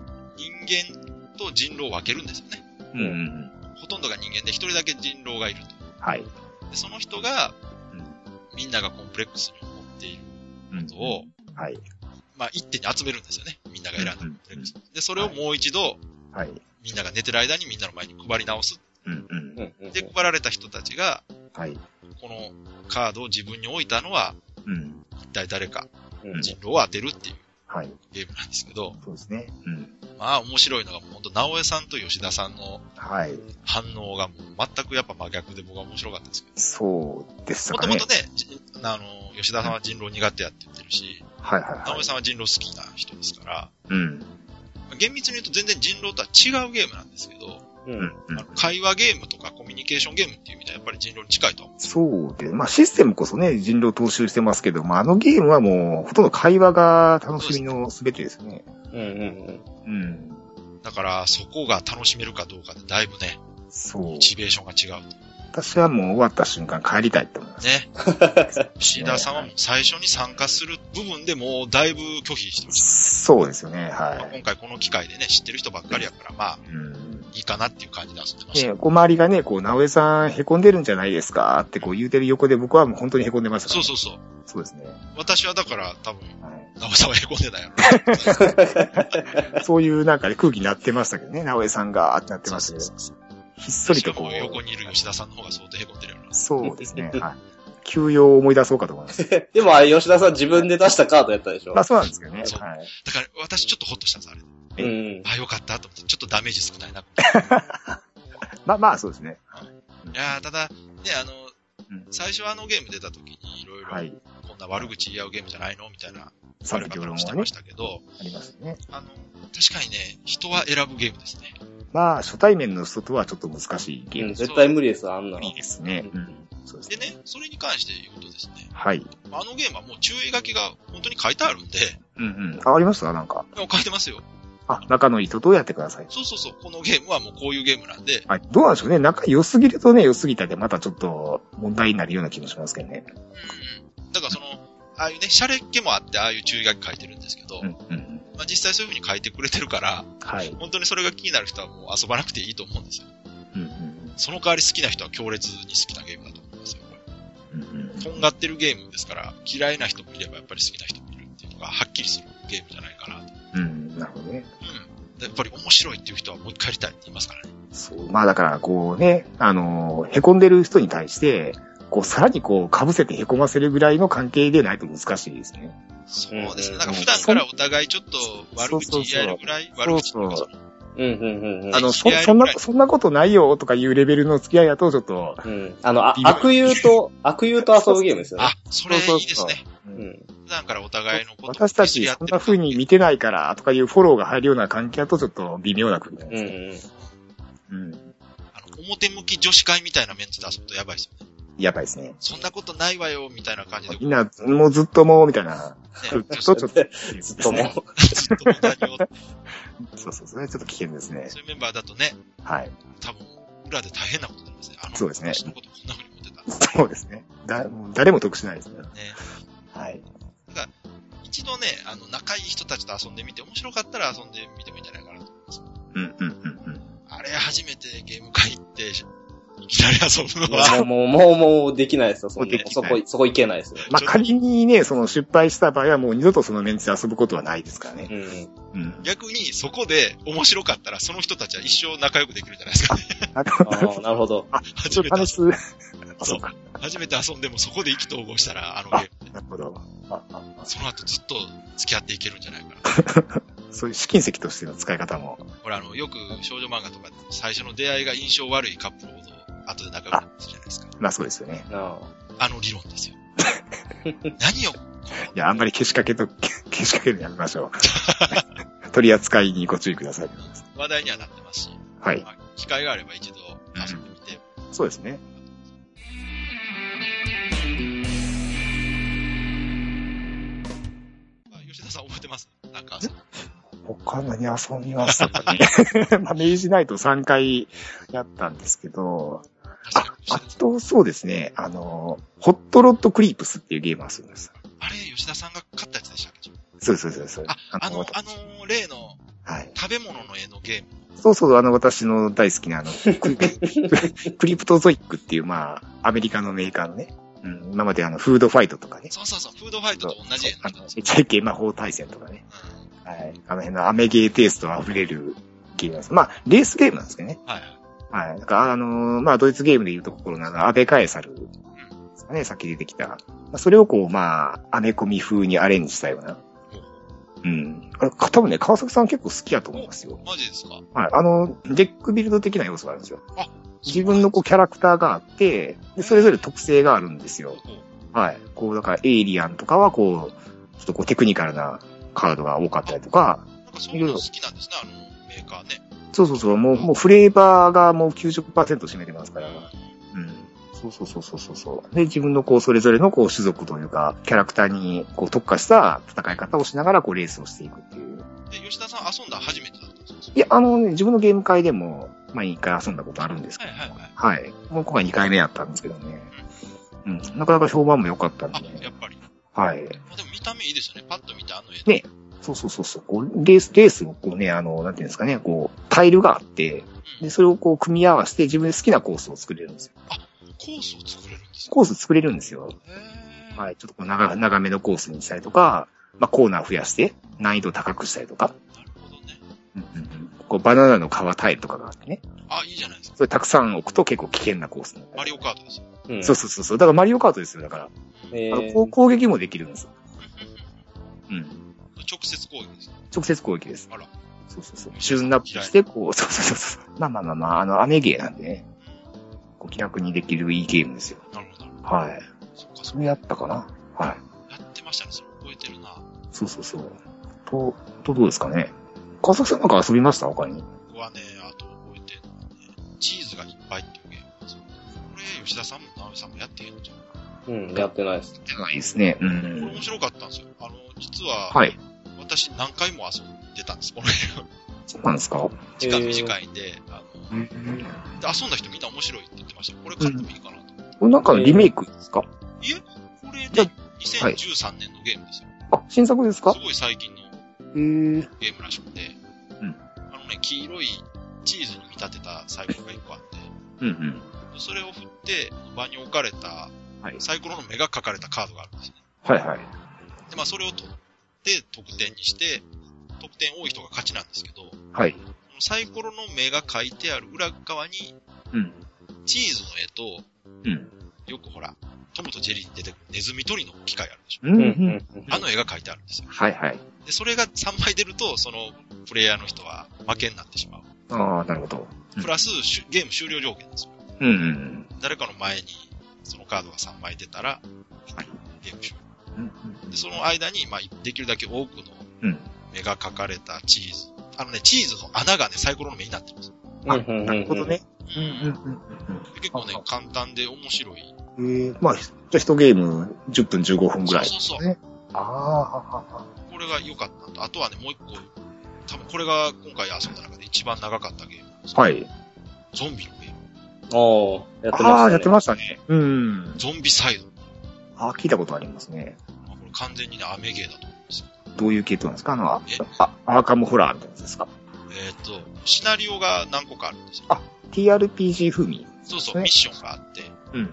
B: 人間と人狼を分けるんですよね。
C: うんうん。
B: ほとんどが人間で、一人だけ人狼がいると。
C: はい。
B: で、その人が
C: うん、
B: みんながコンプレックスに思っている
C: うん
B: ことを、
C: はい。
B: まあ、一手に集めるんですよね。みんなが選んだコンプレックス。で、それを
C: はい
B: もう一度、
C: はい。
B: みんなが寝てる間にみんなの前に配り直す。
C: うんうん。
D: うんうんうん
B: で、配られた人たちが、
C: はい。
B: このカードを自分に置いたのは、
C: うん。
B: 一体誰か、
D: うん
B: 人狼を当てるっていう
C: はい。
B: ゲームなんですけど、
C: そうですね。うん。
B: まあ、面白いのが、ほんと、直江さんと吉田さんの
C: はい。
B: 反応がもう全くやっぱ真逆で僕は面白かったんですけ
C: そうでし
B: ど、
C: た
B: も
C: か
B: と
C: ね
B: も。とね、じあの、吉田さんは人狼苦手やって言ってるし、
C: はいはいは
B: 直
C: い
B: 江。さんは人狼好きな人ですから、
C: うん。
B: 厳密に言うと全然人狼とは違うゲームなんですけど、
D: う
C: うん
D: ん。
C: うん。
B: 会話ゲームとかコミュニケーションゲームっていう意味ではやっぱり人狼に近いとは思
C: そうで、まあシステムこそね、人狼踏襲してますけど、まああのゲームはもう、ほとんど会話が楽しみの全てですよね。
D: うんうん
C: うん。
B: う。だから、そこが楽しめるかどうかでだいぶね、
C: そう
B: モ。チベーションが違 う。
C: 私はもう終わった瞬間帰りたいと思います。
B: ね。岸田さんはもう最初に参加する部分でもうだいぶ拒否してました。
C: そうですよね、
B: まあ
C: は
B: 今回この機会でね、知ってる人ばっかりやから、まあ、
C: い。うん。
B: いいかなっていう感じで遊んでました。
C: ね、こう周りがね、こう、直江さん凹んでるんじゃないですかってこう言うてる横で僕はもう本当に凹んでましたか
B: そう
C: ら。
B: そうそう。
C: そうですね。
B: 私はだから多分、
C: は
B: 直江さんは凹んでないやろ。
C: い、そういうなんかね、空気になってましたけどね、直江さんがーってなってましたけど、ひっそりと
B: しか
C: こ
B: も横
C: う、
B: にいる吉田さんの方が相当凹んでるよな。
C: そうですね。はい。休養を思い出そうかと思います。
D: でもあれ、吉田さん自分で出したカードやったでしょ
C: まあそうなんですけどね。
B: そう
C: はい。
B: だから私ちょっとホッとしたんです、あれ。
D: うん。
B: あ、よかったと思って、ちょっとダメージ少ないな。
C: まあまあそうですね。
B: いやーただ、ね、あの、
C: うん
B: 最初あのゲーム出た時にいろいろ
C: はい。
B: こんな悪口言い合うゲームじゃないのみたいな
C: 賛
B: 悪
C: 否
B: 口
C: 両論
B: もして
C: はね
B: まし、たけど、
C: ありますね。
B: あの、確かにね、人は選ぶゲームですね。
C: まあ、初対面の人とはちょっと難しいゲ
D: う
C: ー
D: ん、
C: ム
D: 絶対無理です、あんなの。
C: いいですね。
D: う
C: うん。そうです
B: で
C: ね。
B: ね、それに関して言うとですね、
C: はい。
B: あのゲームはもう注意書きが本当に書いてあるんで、
C: うんうん。あ、ありましたなんか。
B: もう書いてますよ。
C: あ、仲のいい人とやってください。
B: そうそうそう、このゲームはもうこういうゲームなんで、
C: はい。どうなんでしょうね。仲良すぎるとね、良すぎたでまたちょっと問題になるような気もしますけどね。
B: うん。だからその、ああいうね、シャレっ気もあって、ああいう注意書き書いてるんですけど、
C: うん
B: ま
C: うん。
B: あ実際そういう風に書いてくれてるから、
C: はい。
B: 本当にそれが気になる人はもう遊ばなくていいと思うんですよ。
C: うんうん
B: その代わり好きな人は強烈に好きなゲームだと思いますよ。
C: うんうん
B: とんがってるゲームですから、嫌いな人もいればやっぱり好きな人もいるっていうのがはっきりするゲームじゃないかなと。
C: うん。うん。なるほどね。
B: うん。でやっぱり面白いっていう人はもう一回やりたいって言いますからね。
C: そう。まあだから、こうね、あのー、凹んでる人に対して、こう、さらにこう、被せて凹ませるぐらいの関係でないと難しいですね。
B: そうです
D: うん
B: ね。なんか普段からお互いちょっと悪口言い合えるぐらい、
C: そうそう
B: 悪口とかその
D: うん、うん、うんうん。
C: あの、そ、
B: 知り合い
C: そん
B: ぐら
C: な
B: い、
C: そんなことないよとかいうレベルの付き合いだと、ちょっと、
D: うん。あの、あ
C: 今
D: 悪友と、悪友と遊ぶゲームですよね。
B: あ、それいいですね。
D: うん。
B: 普段からお互いのことを
C: 私たち
B: 知り合っ
C: そん
B: て
C: な風に見てないからとかいうフォローが入るような関係だとちょっと微妙な空気なんで
D: うん、
C: す
D: う
C: ね。
D: ん。
C: うん。
B: あの、表向き女子会みたいなメンツで遊ぶとやばいですよね。
C: やばいですね。
B: そんなことないわよ、みたいな感じで、
C: みんな、もうずっともう、みたい
B: ね
C: な。ちょっと、ちょっと。ず
D: ずっともう。
B: ずっと同じよ
C: そうそう、それはちょっと危険ですね。
B: そういうメンバーだとね、
C: はい。
B: 多分、裏で大変なことになりますね。あの、
C: そうですね
B: 私のことこんな風に思ってた。
C: そうですね。だ、もう誰も得しないですね。
B: ね。
C: はい。
B: 一度ね、あの、仲いい人たちと遊んでみて、面白かったら遊んでみてもいいんじゃないかなと思います。
C: うん、うん、うん、
B: あれ、初めてゲーム会行って、いきなり遊ぶのは、
D: もう、もう、もう、もう、できないですよ。そん
C: もうで
D: な
C: き
D: そ
C: ない
D: こ、そこいけないですよ。
C: まあ、仮にね、その失敗した場合はもう二度とそのメンツで遊ぶことはないですからね。
D: うん。
C: うん。
B: 逆にそこで面白かったら、その人たちは一生仲良くできるんじゃないですかね。
C: あ、
D: ああ、なるほど。
C: ち
B: 初
C: ょっ
B: めて遊
C: と楽
B: ん、
C: しそう。あ、 そうか。
B: 初めて遊んでもそこで意気投合したら、あのゲーム、
C: なるほど。あああ
B: その後ずっと付き合っていけるんじゃないかな。
C: そういう試金石としての使い方も。
B: ほら、あの、よく少女漫画とかでも最初の出会いが印象悪いカップルほど、後で仲良くなるじゃないですか。
C: まあそうですよね。
D: な
B: あの理論です よ。何を、
C: いや、あんまりけしかけと、 けけしかけるのやめましょう。 取り扱いにご注意ください。
B: 話題にはなってますし、
C: はい。
B: まあ、機会があれば一度遊んでみて、
C: そうですね。
B: まあ、吉田さん覚えてますなんか、
C: 他何遊びましたかね。 まあ、明治ナイト3回やったんですけど、
B: 確
C: あ
B: か、
C: あ
B: 吉田さん
C: とそうですね、あの、ホットロットクリープスっていうゲーム遊んでます。
B: あれ、吉田さんが買ったやつでしたっけ
C: そうですそうですそうです。
B: あ、あの、
C: 私
B: あの、例の
C: はい。
B: 食べ物の絵のゲーム。
C: そうそう、あの、私の大好きな、あの、ククリプトゾイックっていう、まあ、アメリカのメーカーのね、うん、今まであの、フードファイトとかね、
B: そうそうそう、フードファイトと同じ絵になったんですよ。
C: ちっちゃい魔法対戦とかね、
B: うん
C: はい。あの辺のアメゲーテイスト溢れるゲームなんです。まあ、レースゲームなんですけどね。
B: はいはい。
C: はい。だから、あのーまあ、ドイツゲームでいうところのあの、アベカエサルですかね、さっき出てきた。まあそれをこう、まあ、アメコミ風にアレンジしたような。うん。あれか多分ね、川崎さん結構好きやと思いますよ。
B: マジですか
C: はい。あの、デックビルド的な要素があるんですよ。
B: あ
C: 自分のこう、キャラクターがあって、で、それぞれ特性があるんですよ。はい。こう、だから、エイリアンとかはこう、ちょっとこう、テクニカルなカードが多かったりとか、
B: なんかそういうの好きなんですね、あのメーカーね。
C: そうそうそう、もう、もうフレーバーがもう90%占めてますから。うん。そうそうそうそうそうそう。で、自分のこう、それぞれのこう、種族というか、キャラクターにこう、特化した戦い方をしながらこう、レースをしていくっていう。
B: で、吉田さん遊んだの初めてだったんですよ。
C: いや、あのね、自分のゲーム会でも、まあ、一回遊んだことあるんですけ
B: は
C: ど、
B: いはいはい。
C: はい。もう今回2回目やったんですけどね。うん。なかなか評判も良かったんで
B: あ、や
C: ね。
B: っぱり。
C: はい。
B: まあ、でも見た目いいですよね。パッと見てあの絵。
C: ねそうそうそうそう。こうレース、レースもこうね、あの、なんていうんですかね、こう、タイルがあって、
B: う
C: で、
B: ん
C: それをこう組み合わせて自分で好きなコースを作れるんですよ。
B: コースを作れるんですか
C: コース作れるんですよ。
B: へー
C: はい。ちょっとこう長長めのコースにしたりとか、まあコーナー増やして難易度高くしたりとか、
B: なるほどね。
C: うんうんうんこうバナナの皮タイルとかがあってね。
B: あ、いいじゃないですか。
C: それたくさん置くと結構危険なコースになったり
B: マリオカートですよ。
D: うん
C: そうそうそうそう。だからマリオカートですよ。だから、
D: え
C: あの
D: ー
C: こう攻撃もできるんですよ。うん。
B: 直接攻撃ですね。
C: 直接攻撃です。
B: あら。
C: そうそうそう。チューンナップして、こう、そう そうそうそう。まあまあまあまあ、あの、アメゲーなんでね、こう気楽にできるいいゲームですよ。
B: なるほど、なるほど。
C: はい。
B: そっか、そ
C: そ
B: っか
C: れやったかなはい。
B: やってましたね。それ覚えてるな。
C: そうそうそう。と、とどうですかね。川崎さんなんか遊びました他に。
B: 僕はね、あと覚えてるのはね、チーズがいっぱいっていうゲームなんですよ。これ、吉田さんも直江さんもやってへんのじゃん。こ
D: うん、やってないです。
C: じゃないですね。う
B: れ
C: ん
B: 面。白かったんですよ。あの、実は、
C: はい。
B: 私何回も遊んでたんです、このゲーム。
C: そうなんですか
B: 時間
D: へー
B: 短いんで、あの、
C: うん。
B: で遊んだ人みんな面白いって言ってました。これ買ってもいいかなと。
C: これなんかのリメイクですか
B: これ
C: じ
B: で
C: ゃはい
B: 2013年のゲームですよ。
C: あ、新作ですか
B: すごい最近の
C: へー。
B: ゲームらしくて。
C: うん
B: あのね、黄色いチーズに見立てたサイコロが1個あって、
C: うんうん。
B: それを振って場に置かれた
C: はい
B: サイコロの目が描かれたカードがあるんですね。
C: はいはい。
B: で、まあそれを取って得点にして、得点多い人が勝ちなんですけど、こ
C: はい。
B: のサイコロの目が書いてある裏側に
C: うん。
B: チーズの絵と、
C: うん。
B: よくほら、トムとジェリーに出てくるネズミ捕りの機械あるでしょ。
C: うんう。
D: うんんうん
B: あの絵が書いてあるんですよ。
C: はいはい。
B: で、それが3枚出ると、その、プレイヤーの人は負けになってしまう。
C: ああ、なるほど。うん
B: プラス、しゅゲーム終了条件ですよ。
C: うんうん
B: 誰かの前に、そのカードが3枚出たら
C: はい、
B: ゲーム終
C: うん。
B: 了。で、その間に、まあ、できるだけ多くの
C: うん。
B: 目が描かれたチーズ。あのね、チーズの穴がね、サイコロの目になってます。
C: あ
D: うんうんうん
C: なるほどね。
B: うん
C: うん
B: で結構ね
C: ああ、
B: 簡単で面白い。
C: うん。えー、まあ、じゃあ一ゲーム10分15分ぐ
B: そ
C: ら
B: う
C: い。
B: そうそう。
C: ああ、
B: これが良かったのと、あとはね、もう一個、多分これが今回遊んだ中で一番長かったゲームなんですけど。
C: はい。
B: ゾンビのゲーム。
D: おーやってました、ね。
C: ああ、やってましたね。うん。
B: ゾンビサイド。
C: ああ、聞いたことありますね。
B: まあこれ完全にね、アメゲーだと思うんですよ。
C: どういう系統なんですかあの、あ
B: え
C: あアーカムホラーみたいなやつですか
B: えっ、と、シナリオが何個かあるんですよ。
C: あ ?TRPG 風味。
B: そうそう、
C: ね
B: ミッションがあって、
C: うん。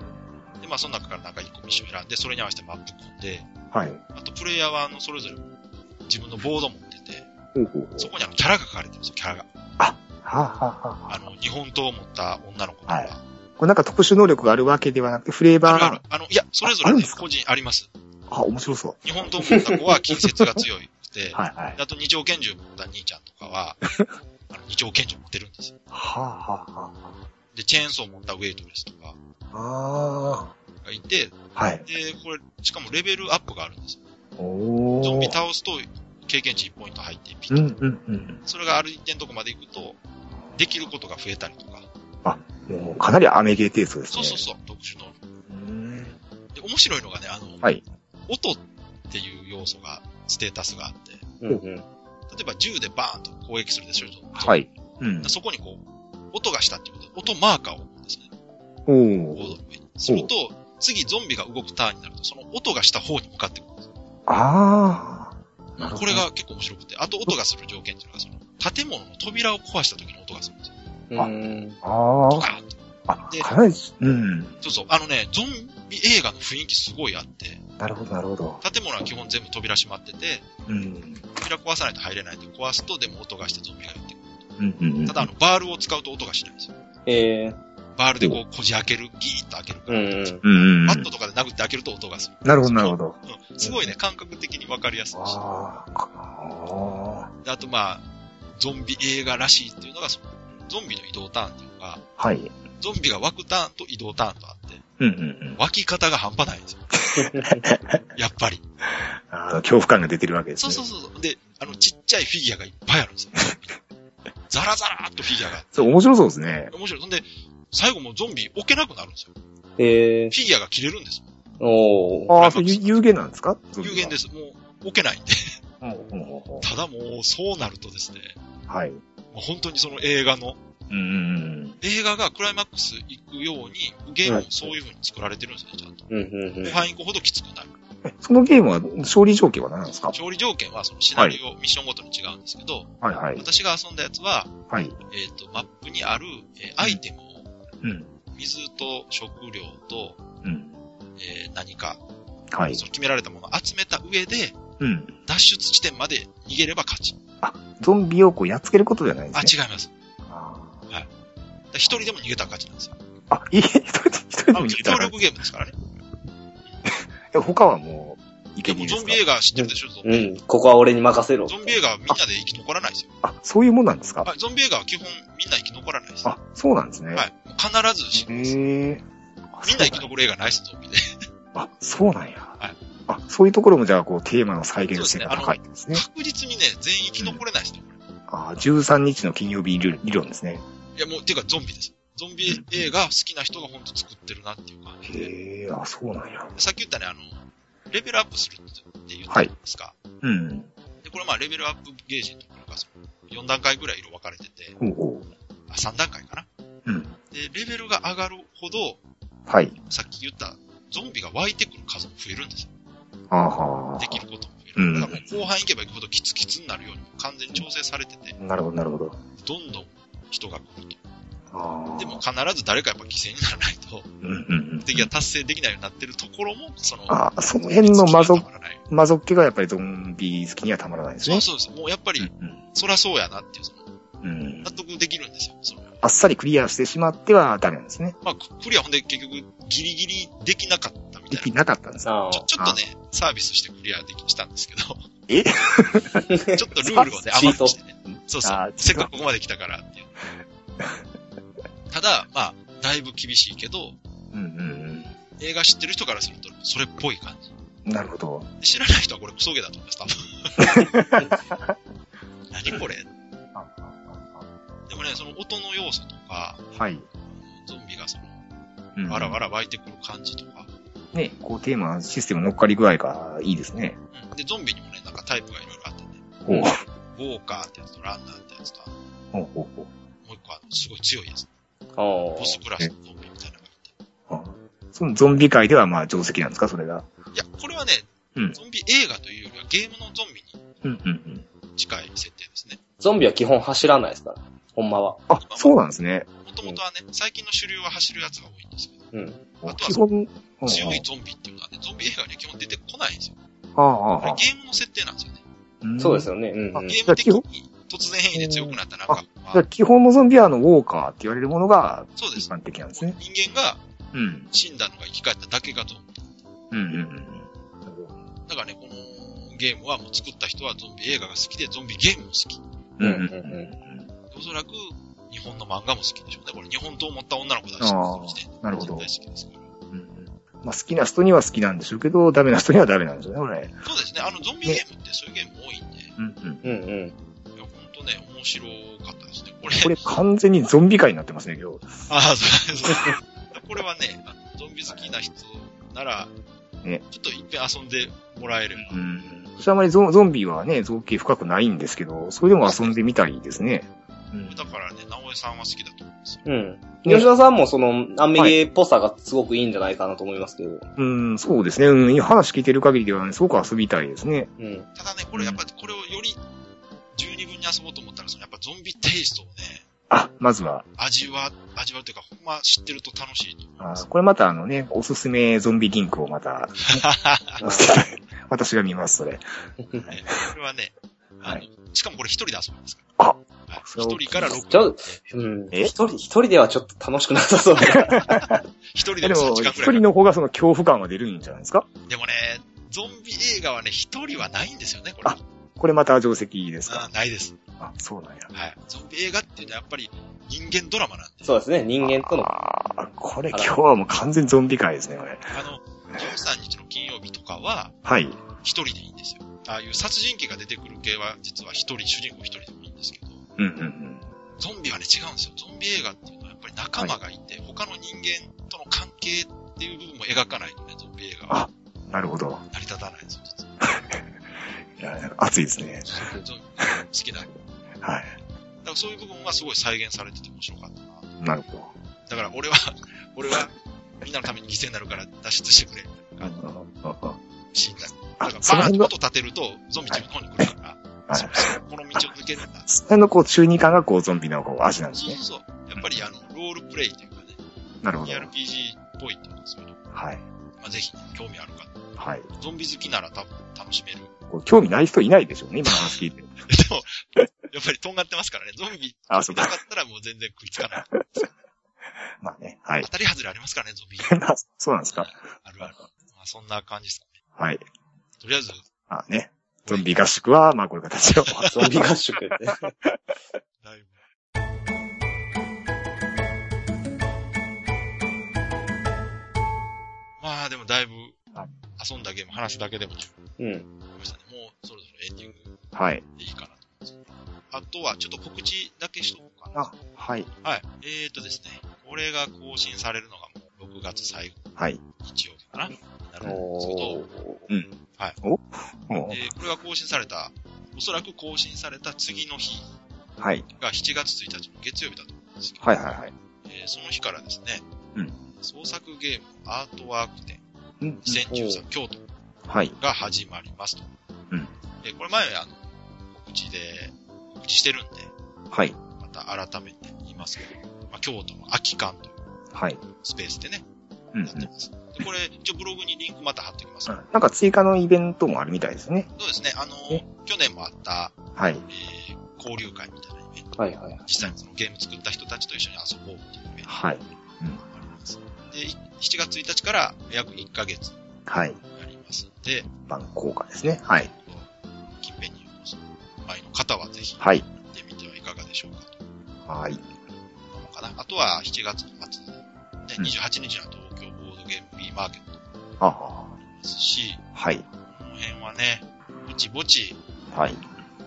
B: で、まあ、その中からなんか一個ミッション選んで、それに合わせてマップ組んで、
C: はい。
B: あとプレイヤーは、あの、それぞれ自分のボード持ってて、
C: ほうほうほう。
B: そこにあの、キャラが書かれてるんですよ、キャラが。
C: はあ、はあはあ、
B: あの、日本刀を持った女の子とか。
C: はいこれなんか特殊能力があるわけではなくて、フレー
B: あ
C: バー
B: るあ
C: が
B: る。。あの、いや、それぞ
C: ああ
B: れ
C: るん
B: ね
C: ですか
B: 個人あります。
C: あ、面白そう。
B: 日本刀を持った子 は近接が強いくて、
C: はいはい。
B: あと二丁拳銃持った兄ちゃんとかは、あの、二丁拳銃持ってるんですよ。
C: はあ、はあ、は
B: で、チェーンソー持ったウェイトレスとか
C: あ。あ
B: がいて、
C: あ。はい。
B: で、これ、しかもレベルアップがあるんですよ。
C: おー
B: ゾンビ倒すと、経験値1ポイント入って、ピッ
C: うん、
B: と。
C: うん、うん。
B: それがある一点のとこまで行くと、できることが増えたりとか。
C: もうかなりアメゲーテイストです
B: そ
C: ね。
B: うそうそう、特殊能力。
C: うーん。
B: で、面白いのがね、あの、
C: はい
B: 音っていう要素が、ステータスがあって、
D: うんうん。
B: 例えば銃でバーンと攻撃するでしょ、ゾンビ
C: は。い。うん。
B: そこにこう、音がしたっていうことで、音マーカーを置くんですね、
C: お
B: ボー
C: ー
B: ドの上に。すると、次ゾンビが動くターンになると、その音がした方に向かってくるんですよ。
C: ああ。なるほど
B: これ。が結構面白くて、あと音がする条件っていうのが、その、建物の扉を壊した時の音がするんですよ。
D: うんうん。
B: ド
C: あ
B: カーンと
C: あ。あ
B: で、
C: かなり、うん。
B: そうそう。あのね、ゾンビ映画の雰囲気すごいあって、
C: なるほど、なるほど。
B: 建物は基本全部扉閉まってて、
C: うん。
B: 扉壊さないと入れないんで、壊すとでも音がしてゾンビが入ってくる。
C: うん、うんうん。
B: ただ、あの、バールを使うと音がしないんですよ。
D: ええ
B: バールでこう、こじ開ける、ギーッと開けるか
D: う
B: ら、
D: んうん。
C: うんうんうん。
B: バットとかで殴って開けると音がする。
C: なるほど、なるほど。
B: うん。すごいね、感覚的にわかりやすいし。
C: ああ。あ
B: であと、まあ、ゾンビ映画らしいっていうのが、そのゾンビの移動ターンっていうのが、
C: あ。はい。
B: ゾンビが湧くターンと移動ターンとあって、
C: うん、うん、うん。
B: 湧き方が半端ないんですよ。やっぱり。
C: あの、恐怖感が出てるわけです
B: そう
C: ね。
B: そう
C: う。
B: そう。で、あの、ちっちゃいフィギュアがいっぱいあるんですよ。ザラザラーっとフィギュアが。
C: そう、面白そうですね。
B: 面白い。そんで、最後もうゾンビ置けなくなるんですよ。フ
D: ええ
B: ィギュアが切れるんですよ。
D: おー。
C: ああ、そういう有限なんですか。
B: 有限ですす。もう置けないんで。
C: うんうんうんうん
B: ただもう、そうなるとですね、
C: はい。
B: もう本当にその映画の、
C: うん、うんうん。
B: 映画がクライマックス行くように、ゲームもそういう風に作られてるんですね、ちゃんと。
D: うんうんうん
B: ファイン行くほどきつくなる。
C: そのゲームは勝利条件は何なんですか
B: 調理条件はそのシナリオ、ミッションごとに違うんですけど、
C: はいはい。
B: 私が遊んだやつは、
C: はい。
B: えっ、と、マップにある、えーアイテムを、
C: うん。
B: 水と食料と、
C: うん。
B: えー何か、
C: はい。
B: その決められたものを集めた上で、
C: うん。
B: 脱出地点まで逃げれば勝ち。
C: ゾンビをこうやっつけることではないんで
B: あ、
C: すね。
B: 違います。
C: あ、違う。
B: だから一人でも逃げたら勝ちなんです よ。
C: あ、いえ、一人で、一人で
B: あ
C: も
B: の
C: いけた
B: 協
C: ら。
B: 力ゲームですからね。
C: でも他はもう、い
B: で
C: けに
B: も
C: いで
B: ゾ
C: す
B: ン
C: か
B: ビ映画知ってるでしょ、ゾンビ。
D: うん、ここは俺に任せろ。
B: ゾンビ映画はみんなで生き残らないですよ。
C: あ、そういうもんなんですか
B: あゾンビ映画は基本みんな生き残らないです。は
C: あ、そうなんですね。
B: い。
C: へ
B: もう必ず死ぬんです。
C: え。あ
B: みんな生き残る映画ないです、ゾンビで。
C: あ、そうなんや
B: はい。
C: あ、そういうところもじゃあ、こう、テーマの再現性が高いですね。
B: 確実にね、全員生き残れないですね、こ
C: あ13日の金曜日理理論ですね。
B: れ。いや、もう、ていうかゾンビです。ゾンビ映画好きな人が本当作ってるなっていう感じで。
C: へえ、あ、そうなんや。
B: さっき言ったね、あの、レベルアップするって言ったんですか。
C: うん。
B: で、これまあ、レベルアップゲージのところが、その4段階ぐらい色分かれてて、
C: ほうほ
B: あ、3段階かな。
C: う。うん。
B: で、レベルが上がるほど、
C: はい。
B: さっき言った、ゾンビが湧いてくる数も増えるんですよ。
C: あは
B: できることも増え
C: う
B: る。
C: ん
B: だからもう後半行けば行くほどキツキツになるように完全に調整されてて、
C: なるほど、なるほど。
B: どんどん人が来ると。
C: ああ。
B: でも、必ず誰かやっぱ犠牲にならないと、
C: うんうんうん。
B: 敵が達成できないようになってるところも、その、
C: ああ、その辺の魔
B: ゾ
C: 族、魔族気がやっぱりゾンビ好きにはたまらないです
B: そ
C: ね
B: う。そうそう。もうやっぱり、
C: うん
B: そらそうやなっていう、その、
C: うんうん
B: 納得できるんですよ。その、
C: あっさりクリアしてしまってはダメなんですね。
B: まあ、ククリアほんで結局、ギリギリできなかったみ
C: で
B: たい
C: き
B: な。
C: なかったんですね
D: あ
B: ちょ、ちょっとね、サービスしてクリアできしたんですけど。
C: え
B: ちょっとルールをね、
D: サービ
B: 甘
D: ス
B: くしてね。そうそ
C: あ
B: う
C: ー。
B: せっかくここまで来たからっていう。ただ、まあ、だいぶ厳しいけど、
C: うんうん
B: 映画知ってる人からすると、それっぽい感じ。
C: うん。なるほど。
B: で知らない人はこれクソゲーだと思います、多 分。何これでもね、その音の要素とか、
C: はい。
B: ゾンビがその、
C: うん
B: わらわら湧いてくる感じとか、
C: ね、こうテーマ、システム乗っかり具合がいいですね。
B: うんで、ゾンビにもね、なんかタイプがいろいろあってね、
C: ほう。
B: ウォーカーってやつとランナーってやつと、あのも
C: ほうほうほう
B: う一個あの、すごい強いやつ。
D: あ
B: ボスクラスのゾンビみたいなのがいて。
C: あそのゾンビ界ではまあ定石なんですか、それが。
B: いや、これはね、
C: うん
B: ゾンビ映画というよりはゲームのゾンビに
C: うんうんうん。
B: 近い設定ですね。
D: ゾンビは基本走らないですから。ほんまは。
C: あ、そうなんですね。
B: もともとはね、最近の主流は走るやつが多いんですけど、
D: うん。
B: あとは
C: 基本、うんうん
B: 強いゾンビっていうのはね、ゾンビ映画には基本出てこないんですよ。
C: ああ、
B: こ
C: あ
B: れ
C: あ
B: ゲームの設定なんですよね。
C: ん
D: そうですよね。うん、
C: あ
D: うん。
B: ゲーム的に突然変異で強くなったなんか、ま
C: だから
B: あ、
C: 基本のゾンビはあの、ウォーカーって言われるものが
B: そうで
C: 一
B: す。
C: 般的なんですね。
B: 人間が
C: うん。
B: 死んだのが生き返っただけがゾンビ。
C: うんうんうん。
B: だからね、このゲームはもう作った人はゾンビ映画が好きで、ゾンビゲームも好き。
C: うんうん
D: うんうん
C: うん。
B: おそらく、日本の漫画も好きでしょうね。これ、日本刀を持った女の子だし、
C: あー
B: その時点で
C: なるほど
B: 大好きですから。
C: まあ、好きな人には好きなんでしょうけど、ダメな人にはダメなんでしょうね、これ。
B: そうですね。あの、ゾンビゲームってそういうゲーム多いんで、いや、
C: うんうん。
D: うんうん。
B: ほんとね、面白かったですね。これ、
C: これ完全にゾンビ界になってますね、今日。
B: ああ、そうです。これはね、あのゾンビ好きな人なら、
C: ね
B: ちょっといっぺん遊んでもらえれば。
C: うん。そしてあまりゾゾンビはね、造形深くないんですけど、それでも遊んでみたいですね。うん
B: だからね、直江さんは好きだと思うんですよ。
D: うん。吉田さんもその、アンメゲーっぽさがすごくいいんじゃないかなと思いますけど。
C: うん、そうですね。うん、今話聞いてる限りではね、すごく遊びたいですね。
D: うん。
B: ただね、これやっぱ、これをより十二分に遊ぼうと思ったら、そのやっぱゾンビテイストをね、
C: あ、まずは、
B: 味わ、味わうというか、ほんま知ってると楽しい と思い
C: あ
B: ます。
C: これまたあのね、おすすめゾンビリンクをま た、私が見ます、それ。
B: ねこれはね、あの、
C: はい
B: しかもこれ一人で遊びますから。
C: あ
B: はい
C: それは
B: 一人から
D: ち
B: 6、
D: ょ、うん。
C: え
D: 一人、一人ではちょっと楽しくな さそうだな
B: 一人
C: い
B: で
C: やで
B: も3
C: も、
B: 時間
C: 一
B: くらい
C: 人の方がその恐怖感は出るんじゃないですか
B: でもね、ゾンビ映画はね、一人はないんですよね、これ。
C: あこれまた定石です
B: あ
C: か
B: ないです。
C: あ、そうなんや。
B: はい。ゾンビ映画っていうのはやっぱり人間ドラマなんで。
D: そうですね。人間との。
C: あーこれ今日はもう完全ゾンビ界ですね、これ。
B: あの、13日の金曜日とかは、
C: はい。
B: 一人でいいんですよ。ああいう殺人鬼が出てくる系は、実は一人、主人公一人でもいいんですけど、
C: うんうんうん。
B: ゾンビはね、違うんですよ。ゾンビ映画っていうのはやっぱり仲間がいて、他の人間との関係っていう部分も描かないとね、ゾンビ映画は
C: なるほど。
B: 成り立たないんですよ、実はい
C: や、なんか熱いですね。
B: ゾンビ好きだ。だか
C: はい。
B: らそういう部分はすごい再現されてて面白かったな。
C: なるほど。
B: だから 俺は、俺は、みんなのために犠牲になるから脱出してくれ。
C: あのああ
B: 死んだ。
C: あ
B: だから、
C: その
B: バーン
C: 辺
B: と
C: の
B: 音、立てると、ゾンビ自分の方に来るから、
C: はい
B: そうそうこの道を抜けるんだ。
C: その辺のこう中二感がこうゾンビのこう味なんです
B: そう
C: ね。
B: そう。やっぱり、あの、ロールプレイというかね、
C: なるほど。
B: RPG っぽいっていうのはそういうとこ
C: はい。
B: まあ、ぜひ、興味ある方、
C: はい。
B: ゾンビ好きなら多分楽しめる。
C: こう興味ない人いないでしょうね、今の話聞いて。
B: でも、やっぱりとんがってますからね、ゾンビ
C: あ、そう
B: な
C: か。
B: かったらもう全然食いつかない。
C: まあね。はい
B: 当。たり外れありますからね、ゾンビ。
C: まあそうなんですか。
B: あるある。まあ、そんな感じですかね。
C: はい。
B: とりあえず、
C: まあね。ゾンビ合宿は、まあこういう形を。
D: ゾンビ合宿って。
B: だいぶ。まあ、でもだいぶ
C: はい、
B: 遊んだゲーム話すだけでも十分
D: うん。
B: ありましたね。もうそろそろエンディング
C: はい。
B: でいいかなと思うんですけど。あとは、ちょっと告知だけしとこうかな。
C: あ、はい。
B: はい。えーとですね、これが更新されるのがもう6月最後、
C: はい。
B: 日曜日かなになるんですけ
D: お
B: ど
D: ー、
C: も
B: えーこれが更新された、おそらく更新された次の日
C: う、はい。
B: が7月1日の月曜日だと思うんですけど、
C: はいはいはい。
B: えーその日からですね、
C: うん
B: 創作ゲームアートワーク展
C: うん。
B: 2013京都
C: はい。
B: が始まりますと。
C: うん
B: で、これ前、あの、告知で、告知してるんで、
C: はい。
B: また改めて言いますけど、まあ、京都の空き館という
C: はい。
B: スペースでね、
C: うん、う
B: やって
C: ん。
B: ます。で、これ、一応ブログにリンクまた貼っておきます。
C: なんか追加のイベントもあるみたいですね。
B: そうですね、あの
C: え、
B: 去年もあった、
C: はい。
B: えー交流会みたいなイベント
D: はいはいはい。
B: 実際にそのゲーム作った人たちと一緒に遊ぼうっていうイベントが
C: はい。
B: あります。で、い7月1日から約1ヶ月
C: はい。
B: やりますんで、
C: 番効果ですね。はい。
B: 近辺にお住まいの方はぜひ行
C: はい。
B: ってみてはいかがでしょうかと
C: はい。
B: なのかな。あとは7月の末、ね、
C: うん
B: 28日の東京ボードゲーム B マーケットも
C: あ
B: ありますし、
C: あ。はい。
B: この辺はね、ぼちぼち、
C: はい。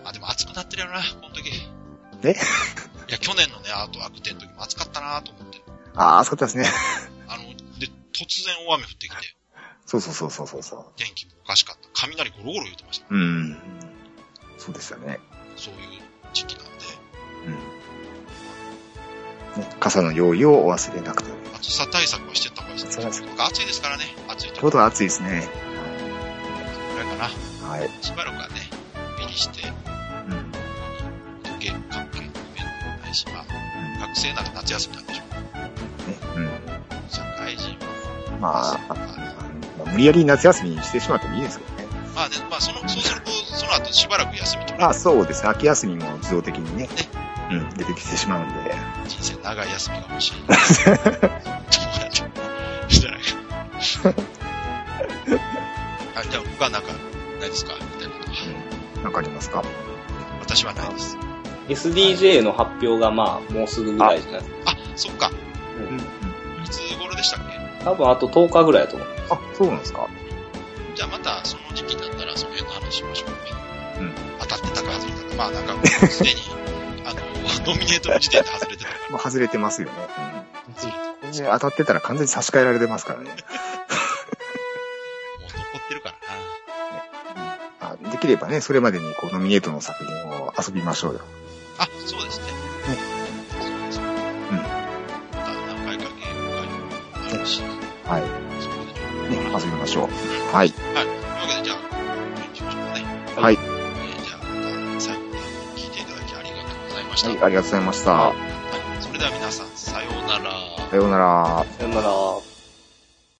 B: あ、でも暑くなってるよな、この時。
C: え
B: いや、去年のね、アートワーク展の時も暑かったなと思って。
C: ああ、そうだったですね。
B: あの、で、突然大雨降ってきて、
C: そうそうそうそうそうそ
B: 天気もおかしかった。雷ゴロゴロ言ってました。
C: う。うん。そうでしたね。
B: そういう時期なんで。
C: うん。ね、傘の用意をお忘れなくと。
B: 暑さ対策はしてった方がいいです
C: そう
B: ね。
C: です
B: なんか暑いですからね。暑い
C: ち
B: と
C: ょう
B: こ
C: ど暑いですね。
B: ぐらいかな。
C: はい。
B: しばらくはね、のんびりして、
C: うん。
B: ゲーム関係のイベントもないし、まあ、学生なら夏休みなんでしょう。
C: ね、
B: 社会人
C: うん。
B: は
C: ま
B: そう
C: あ、
B: かね
C: まあ無理やり夏休みにしてしまってもいいですけどね。
B: まあね、まあ、その、そうすると、その後しばらく休みと
C: まあ
B: か、
C: そうですね。秋休みも自動的にね、うん、出てきてしまうんで。
B: 人生長い休みが欲しい。そうやってしてないか。はい、じゃあ僕はなんか、ないですかみたいなことは。
C: わかりますか
B: 私はないです。
D: SDJ の発表がまあ、もうすぐぐらいじゃないですか。
B: あ、そっか。
D: うん
B: いつ頃でしたっけ
D: 多分あと10日ぐらいだと思う。
C: あ、そうなんですか
B: じゃあまたその時期だったらその辺の話しましょうか。
C: うん
B: 当たってたか外れたか。まあなんかもうすでに、あの、 ノミネートの時点で外れてたか
C: まあ外れてますよね。うん
B: ら、そうもう
C: これ当たってたら完全に差し替えられてますからね。
B: 残ってるから
C: あできればね、それまでにこうノミネートの作品を遊びましょうよ。
B: な。あ、そうですね。そうですね。
C: うん
B: また何回かゲーム会もあるし、
C: はい。
B: そこで情報
C: ね、
B: を
C: 遊びましょう。
B: は
C: はい。
B: い。というわけでじゃあ、この辺にしましょうかね。
C: はい。
B: えー、じゃあまた最後まで聞いていただきありがとうございました。
C: はい、ありがとうございました。
B: はいそれでは皆さん、さようなら。
C: さようなら。
D: さよなら。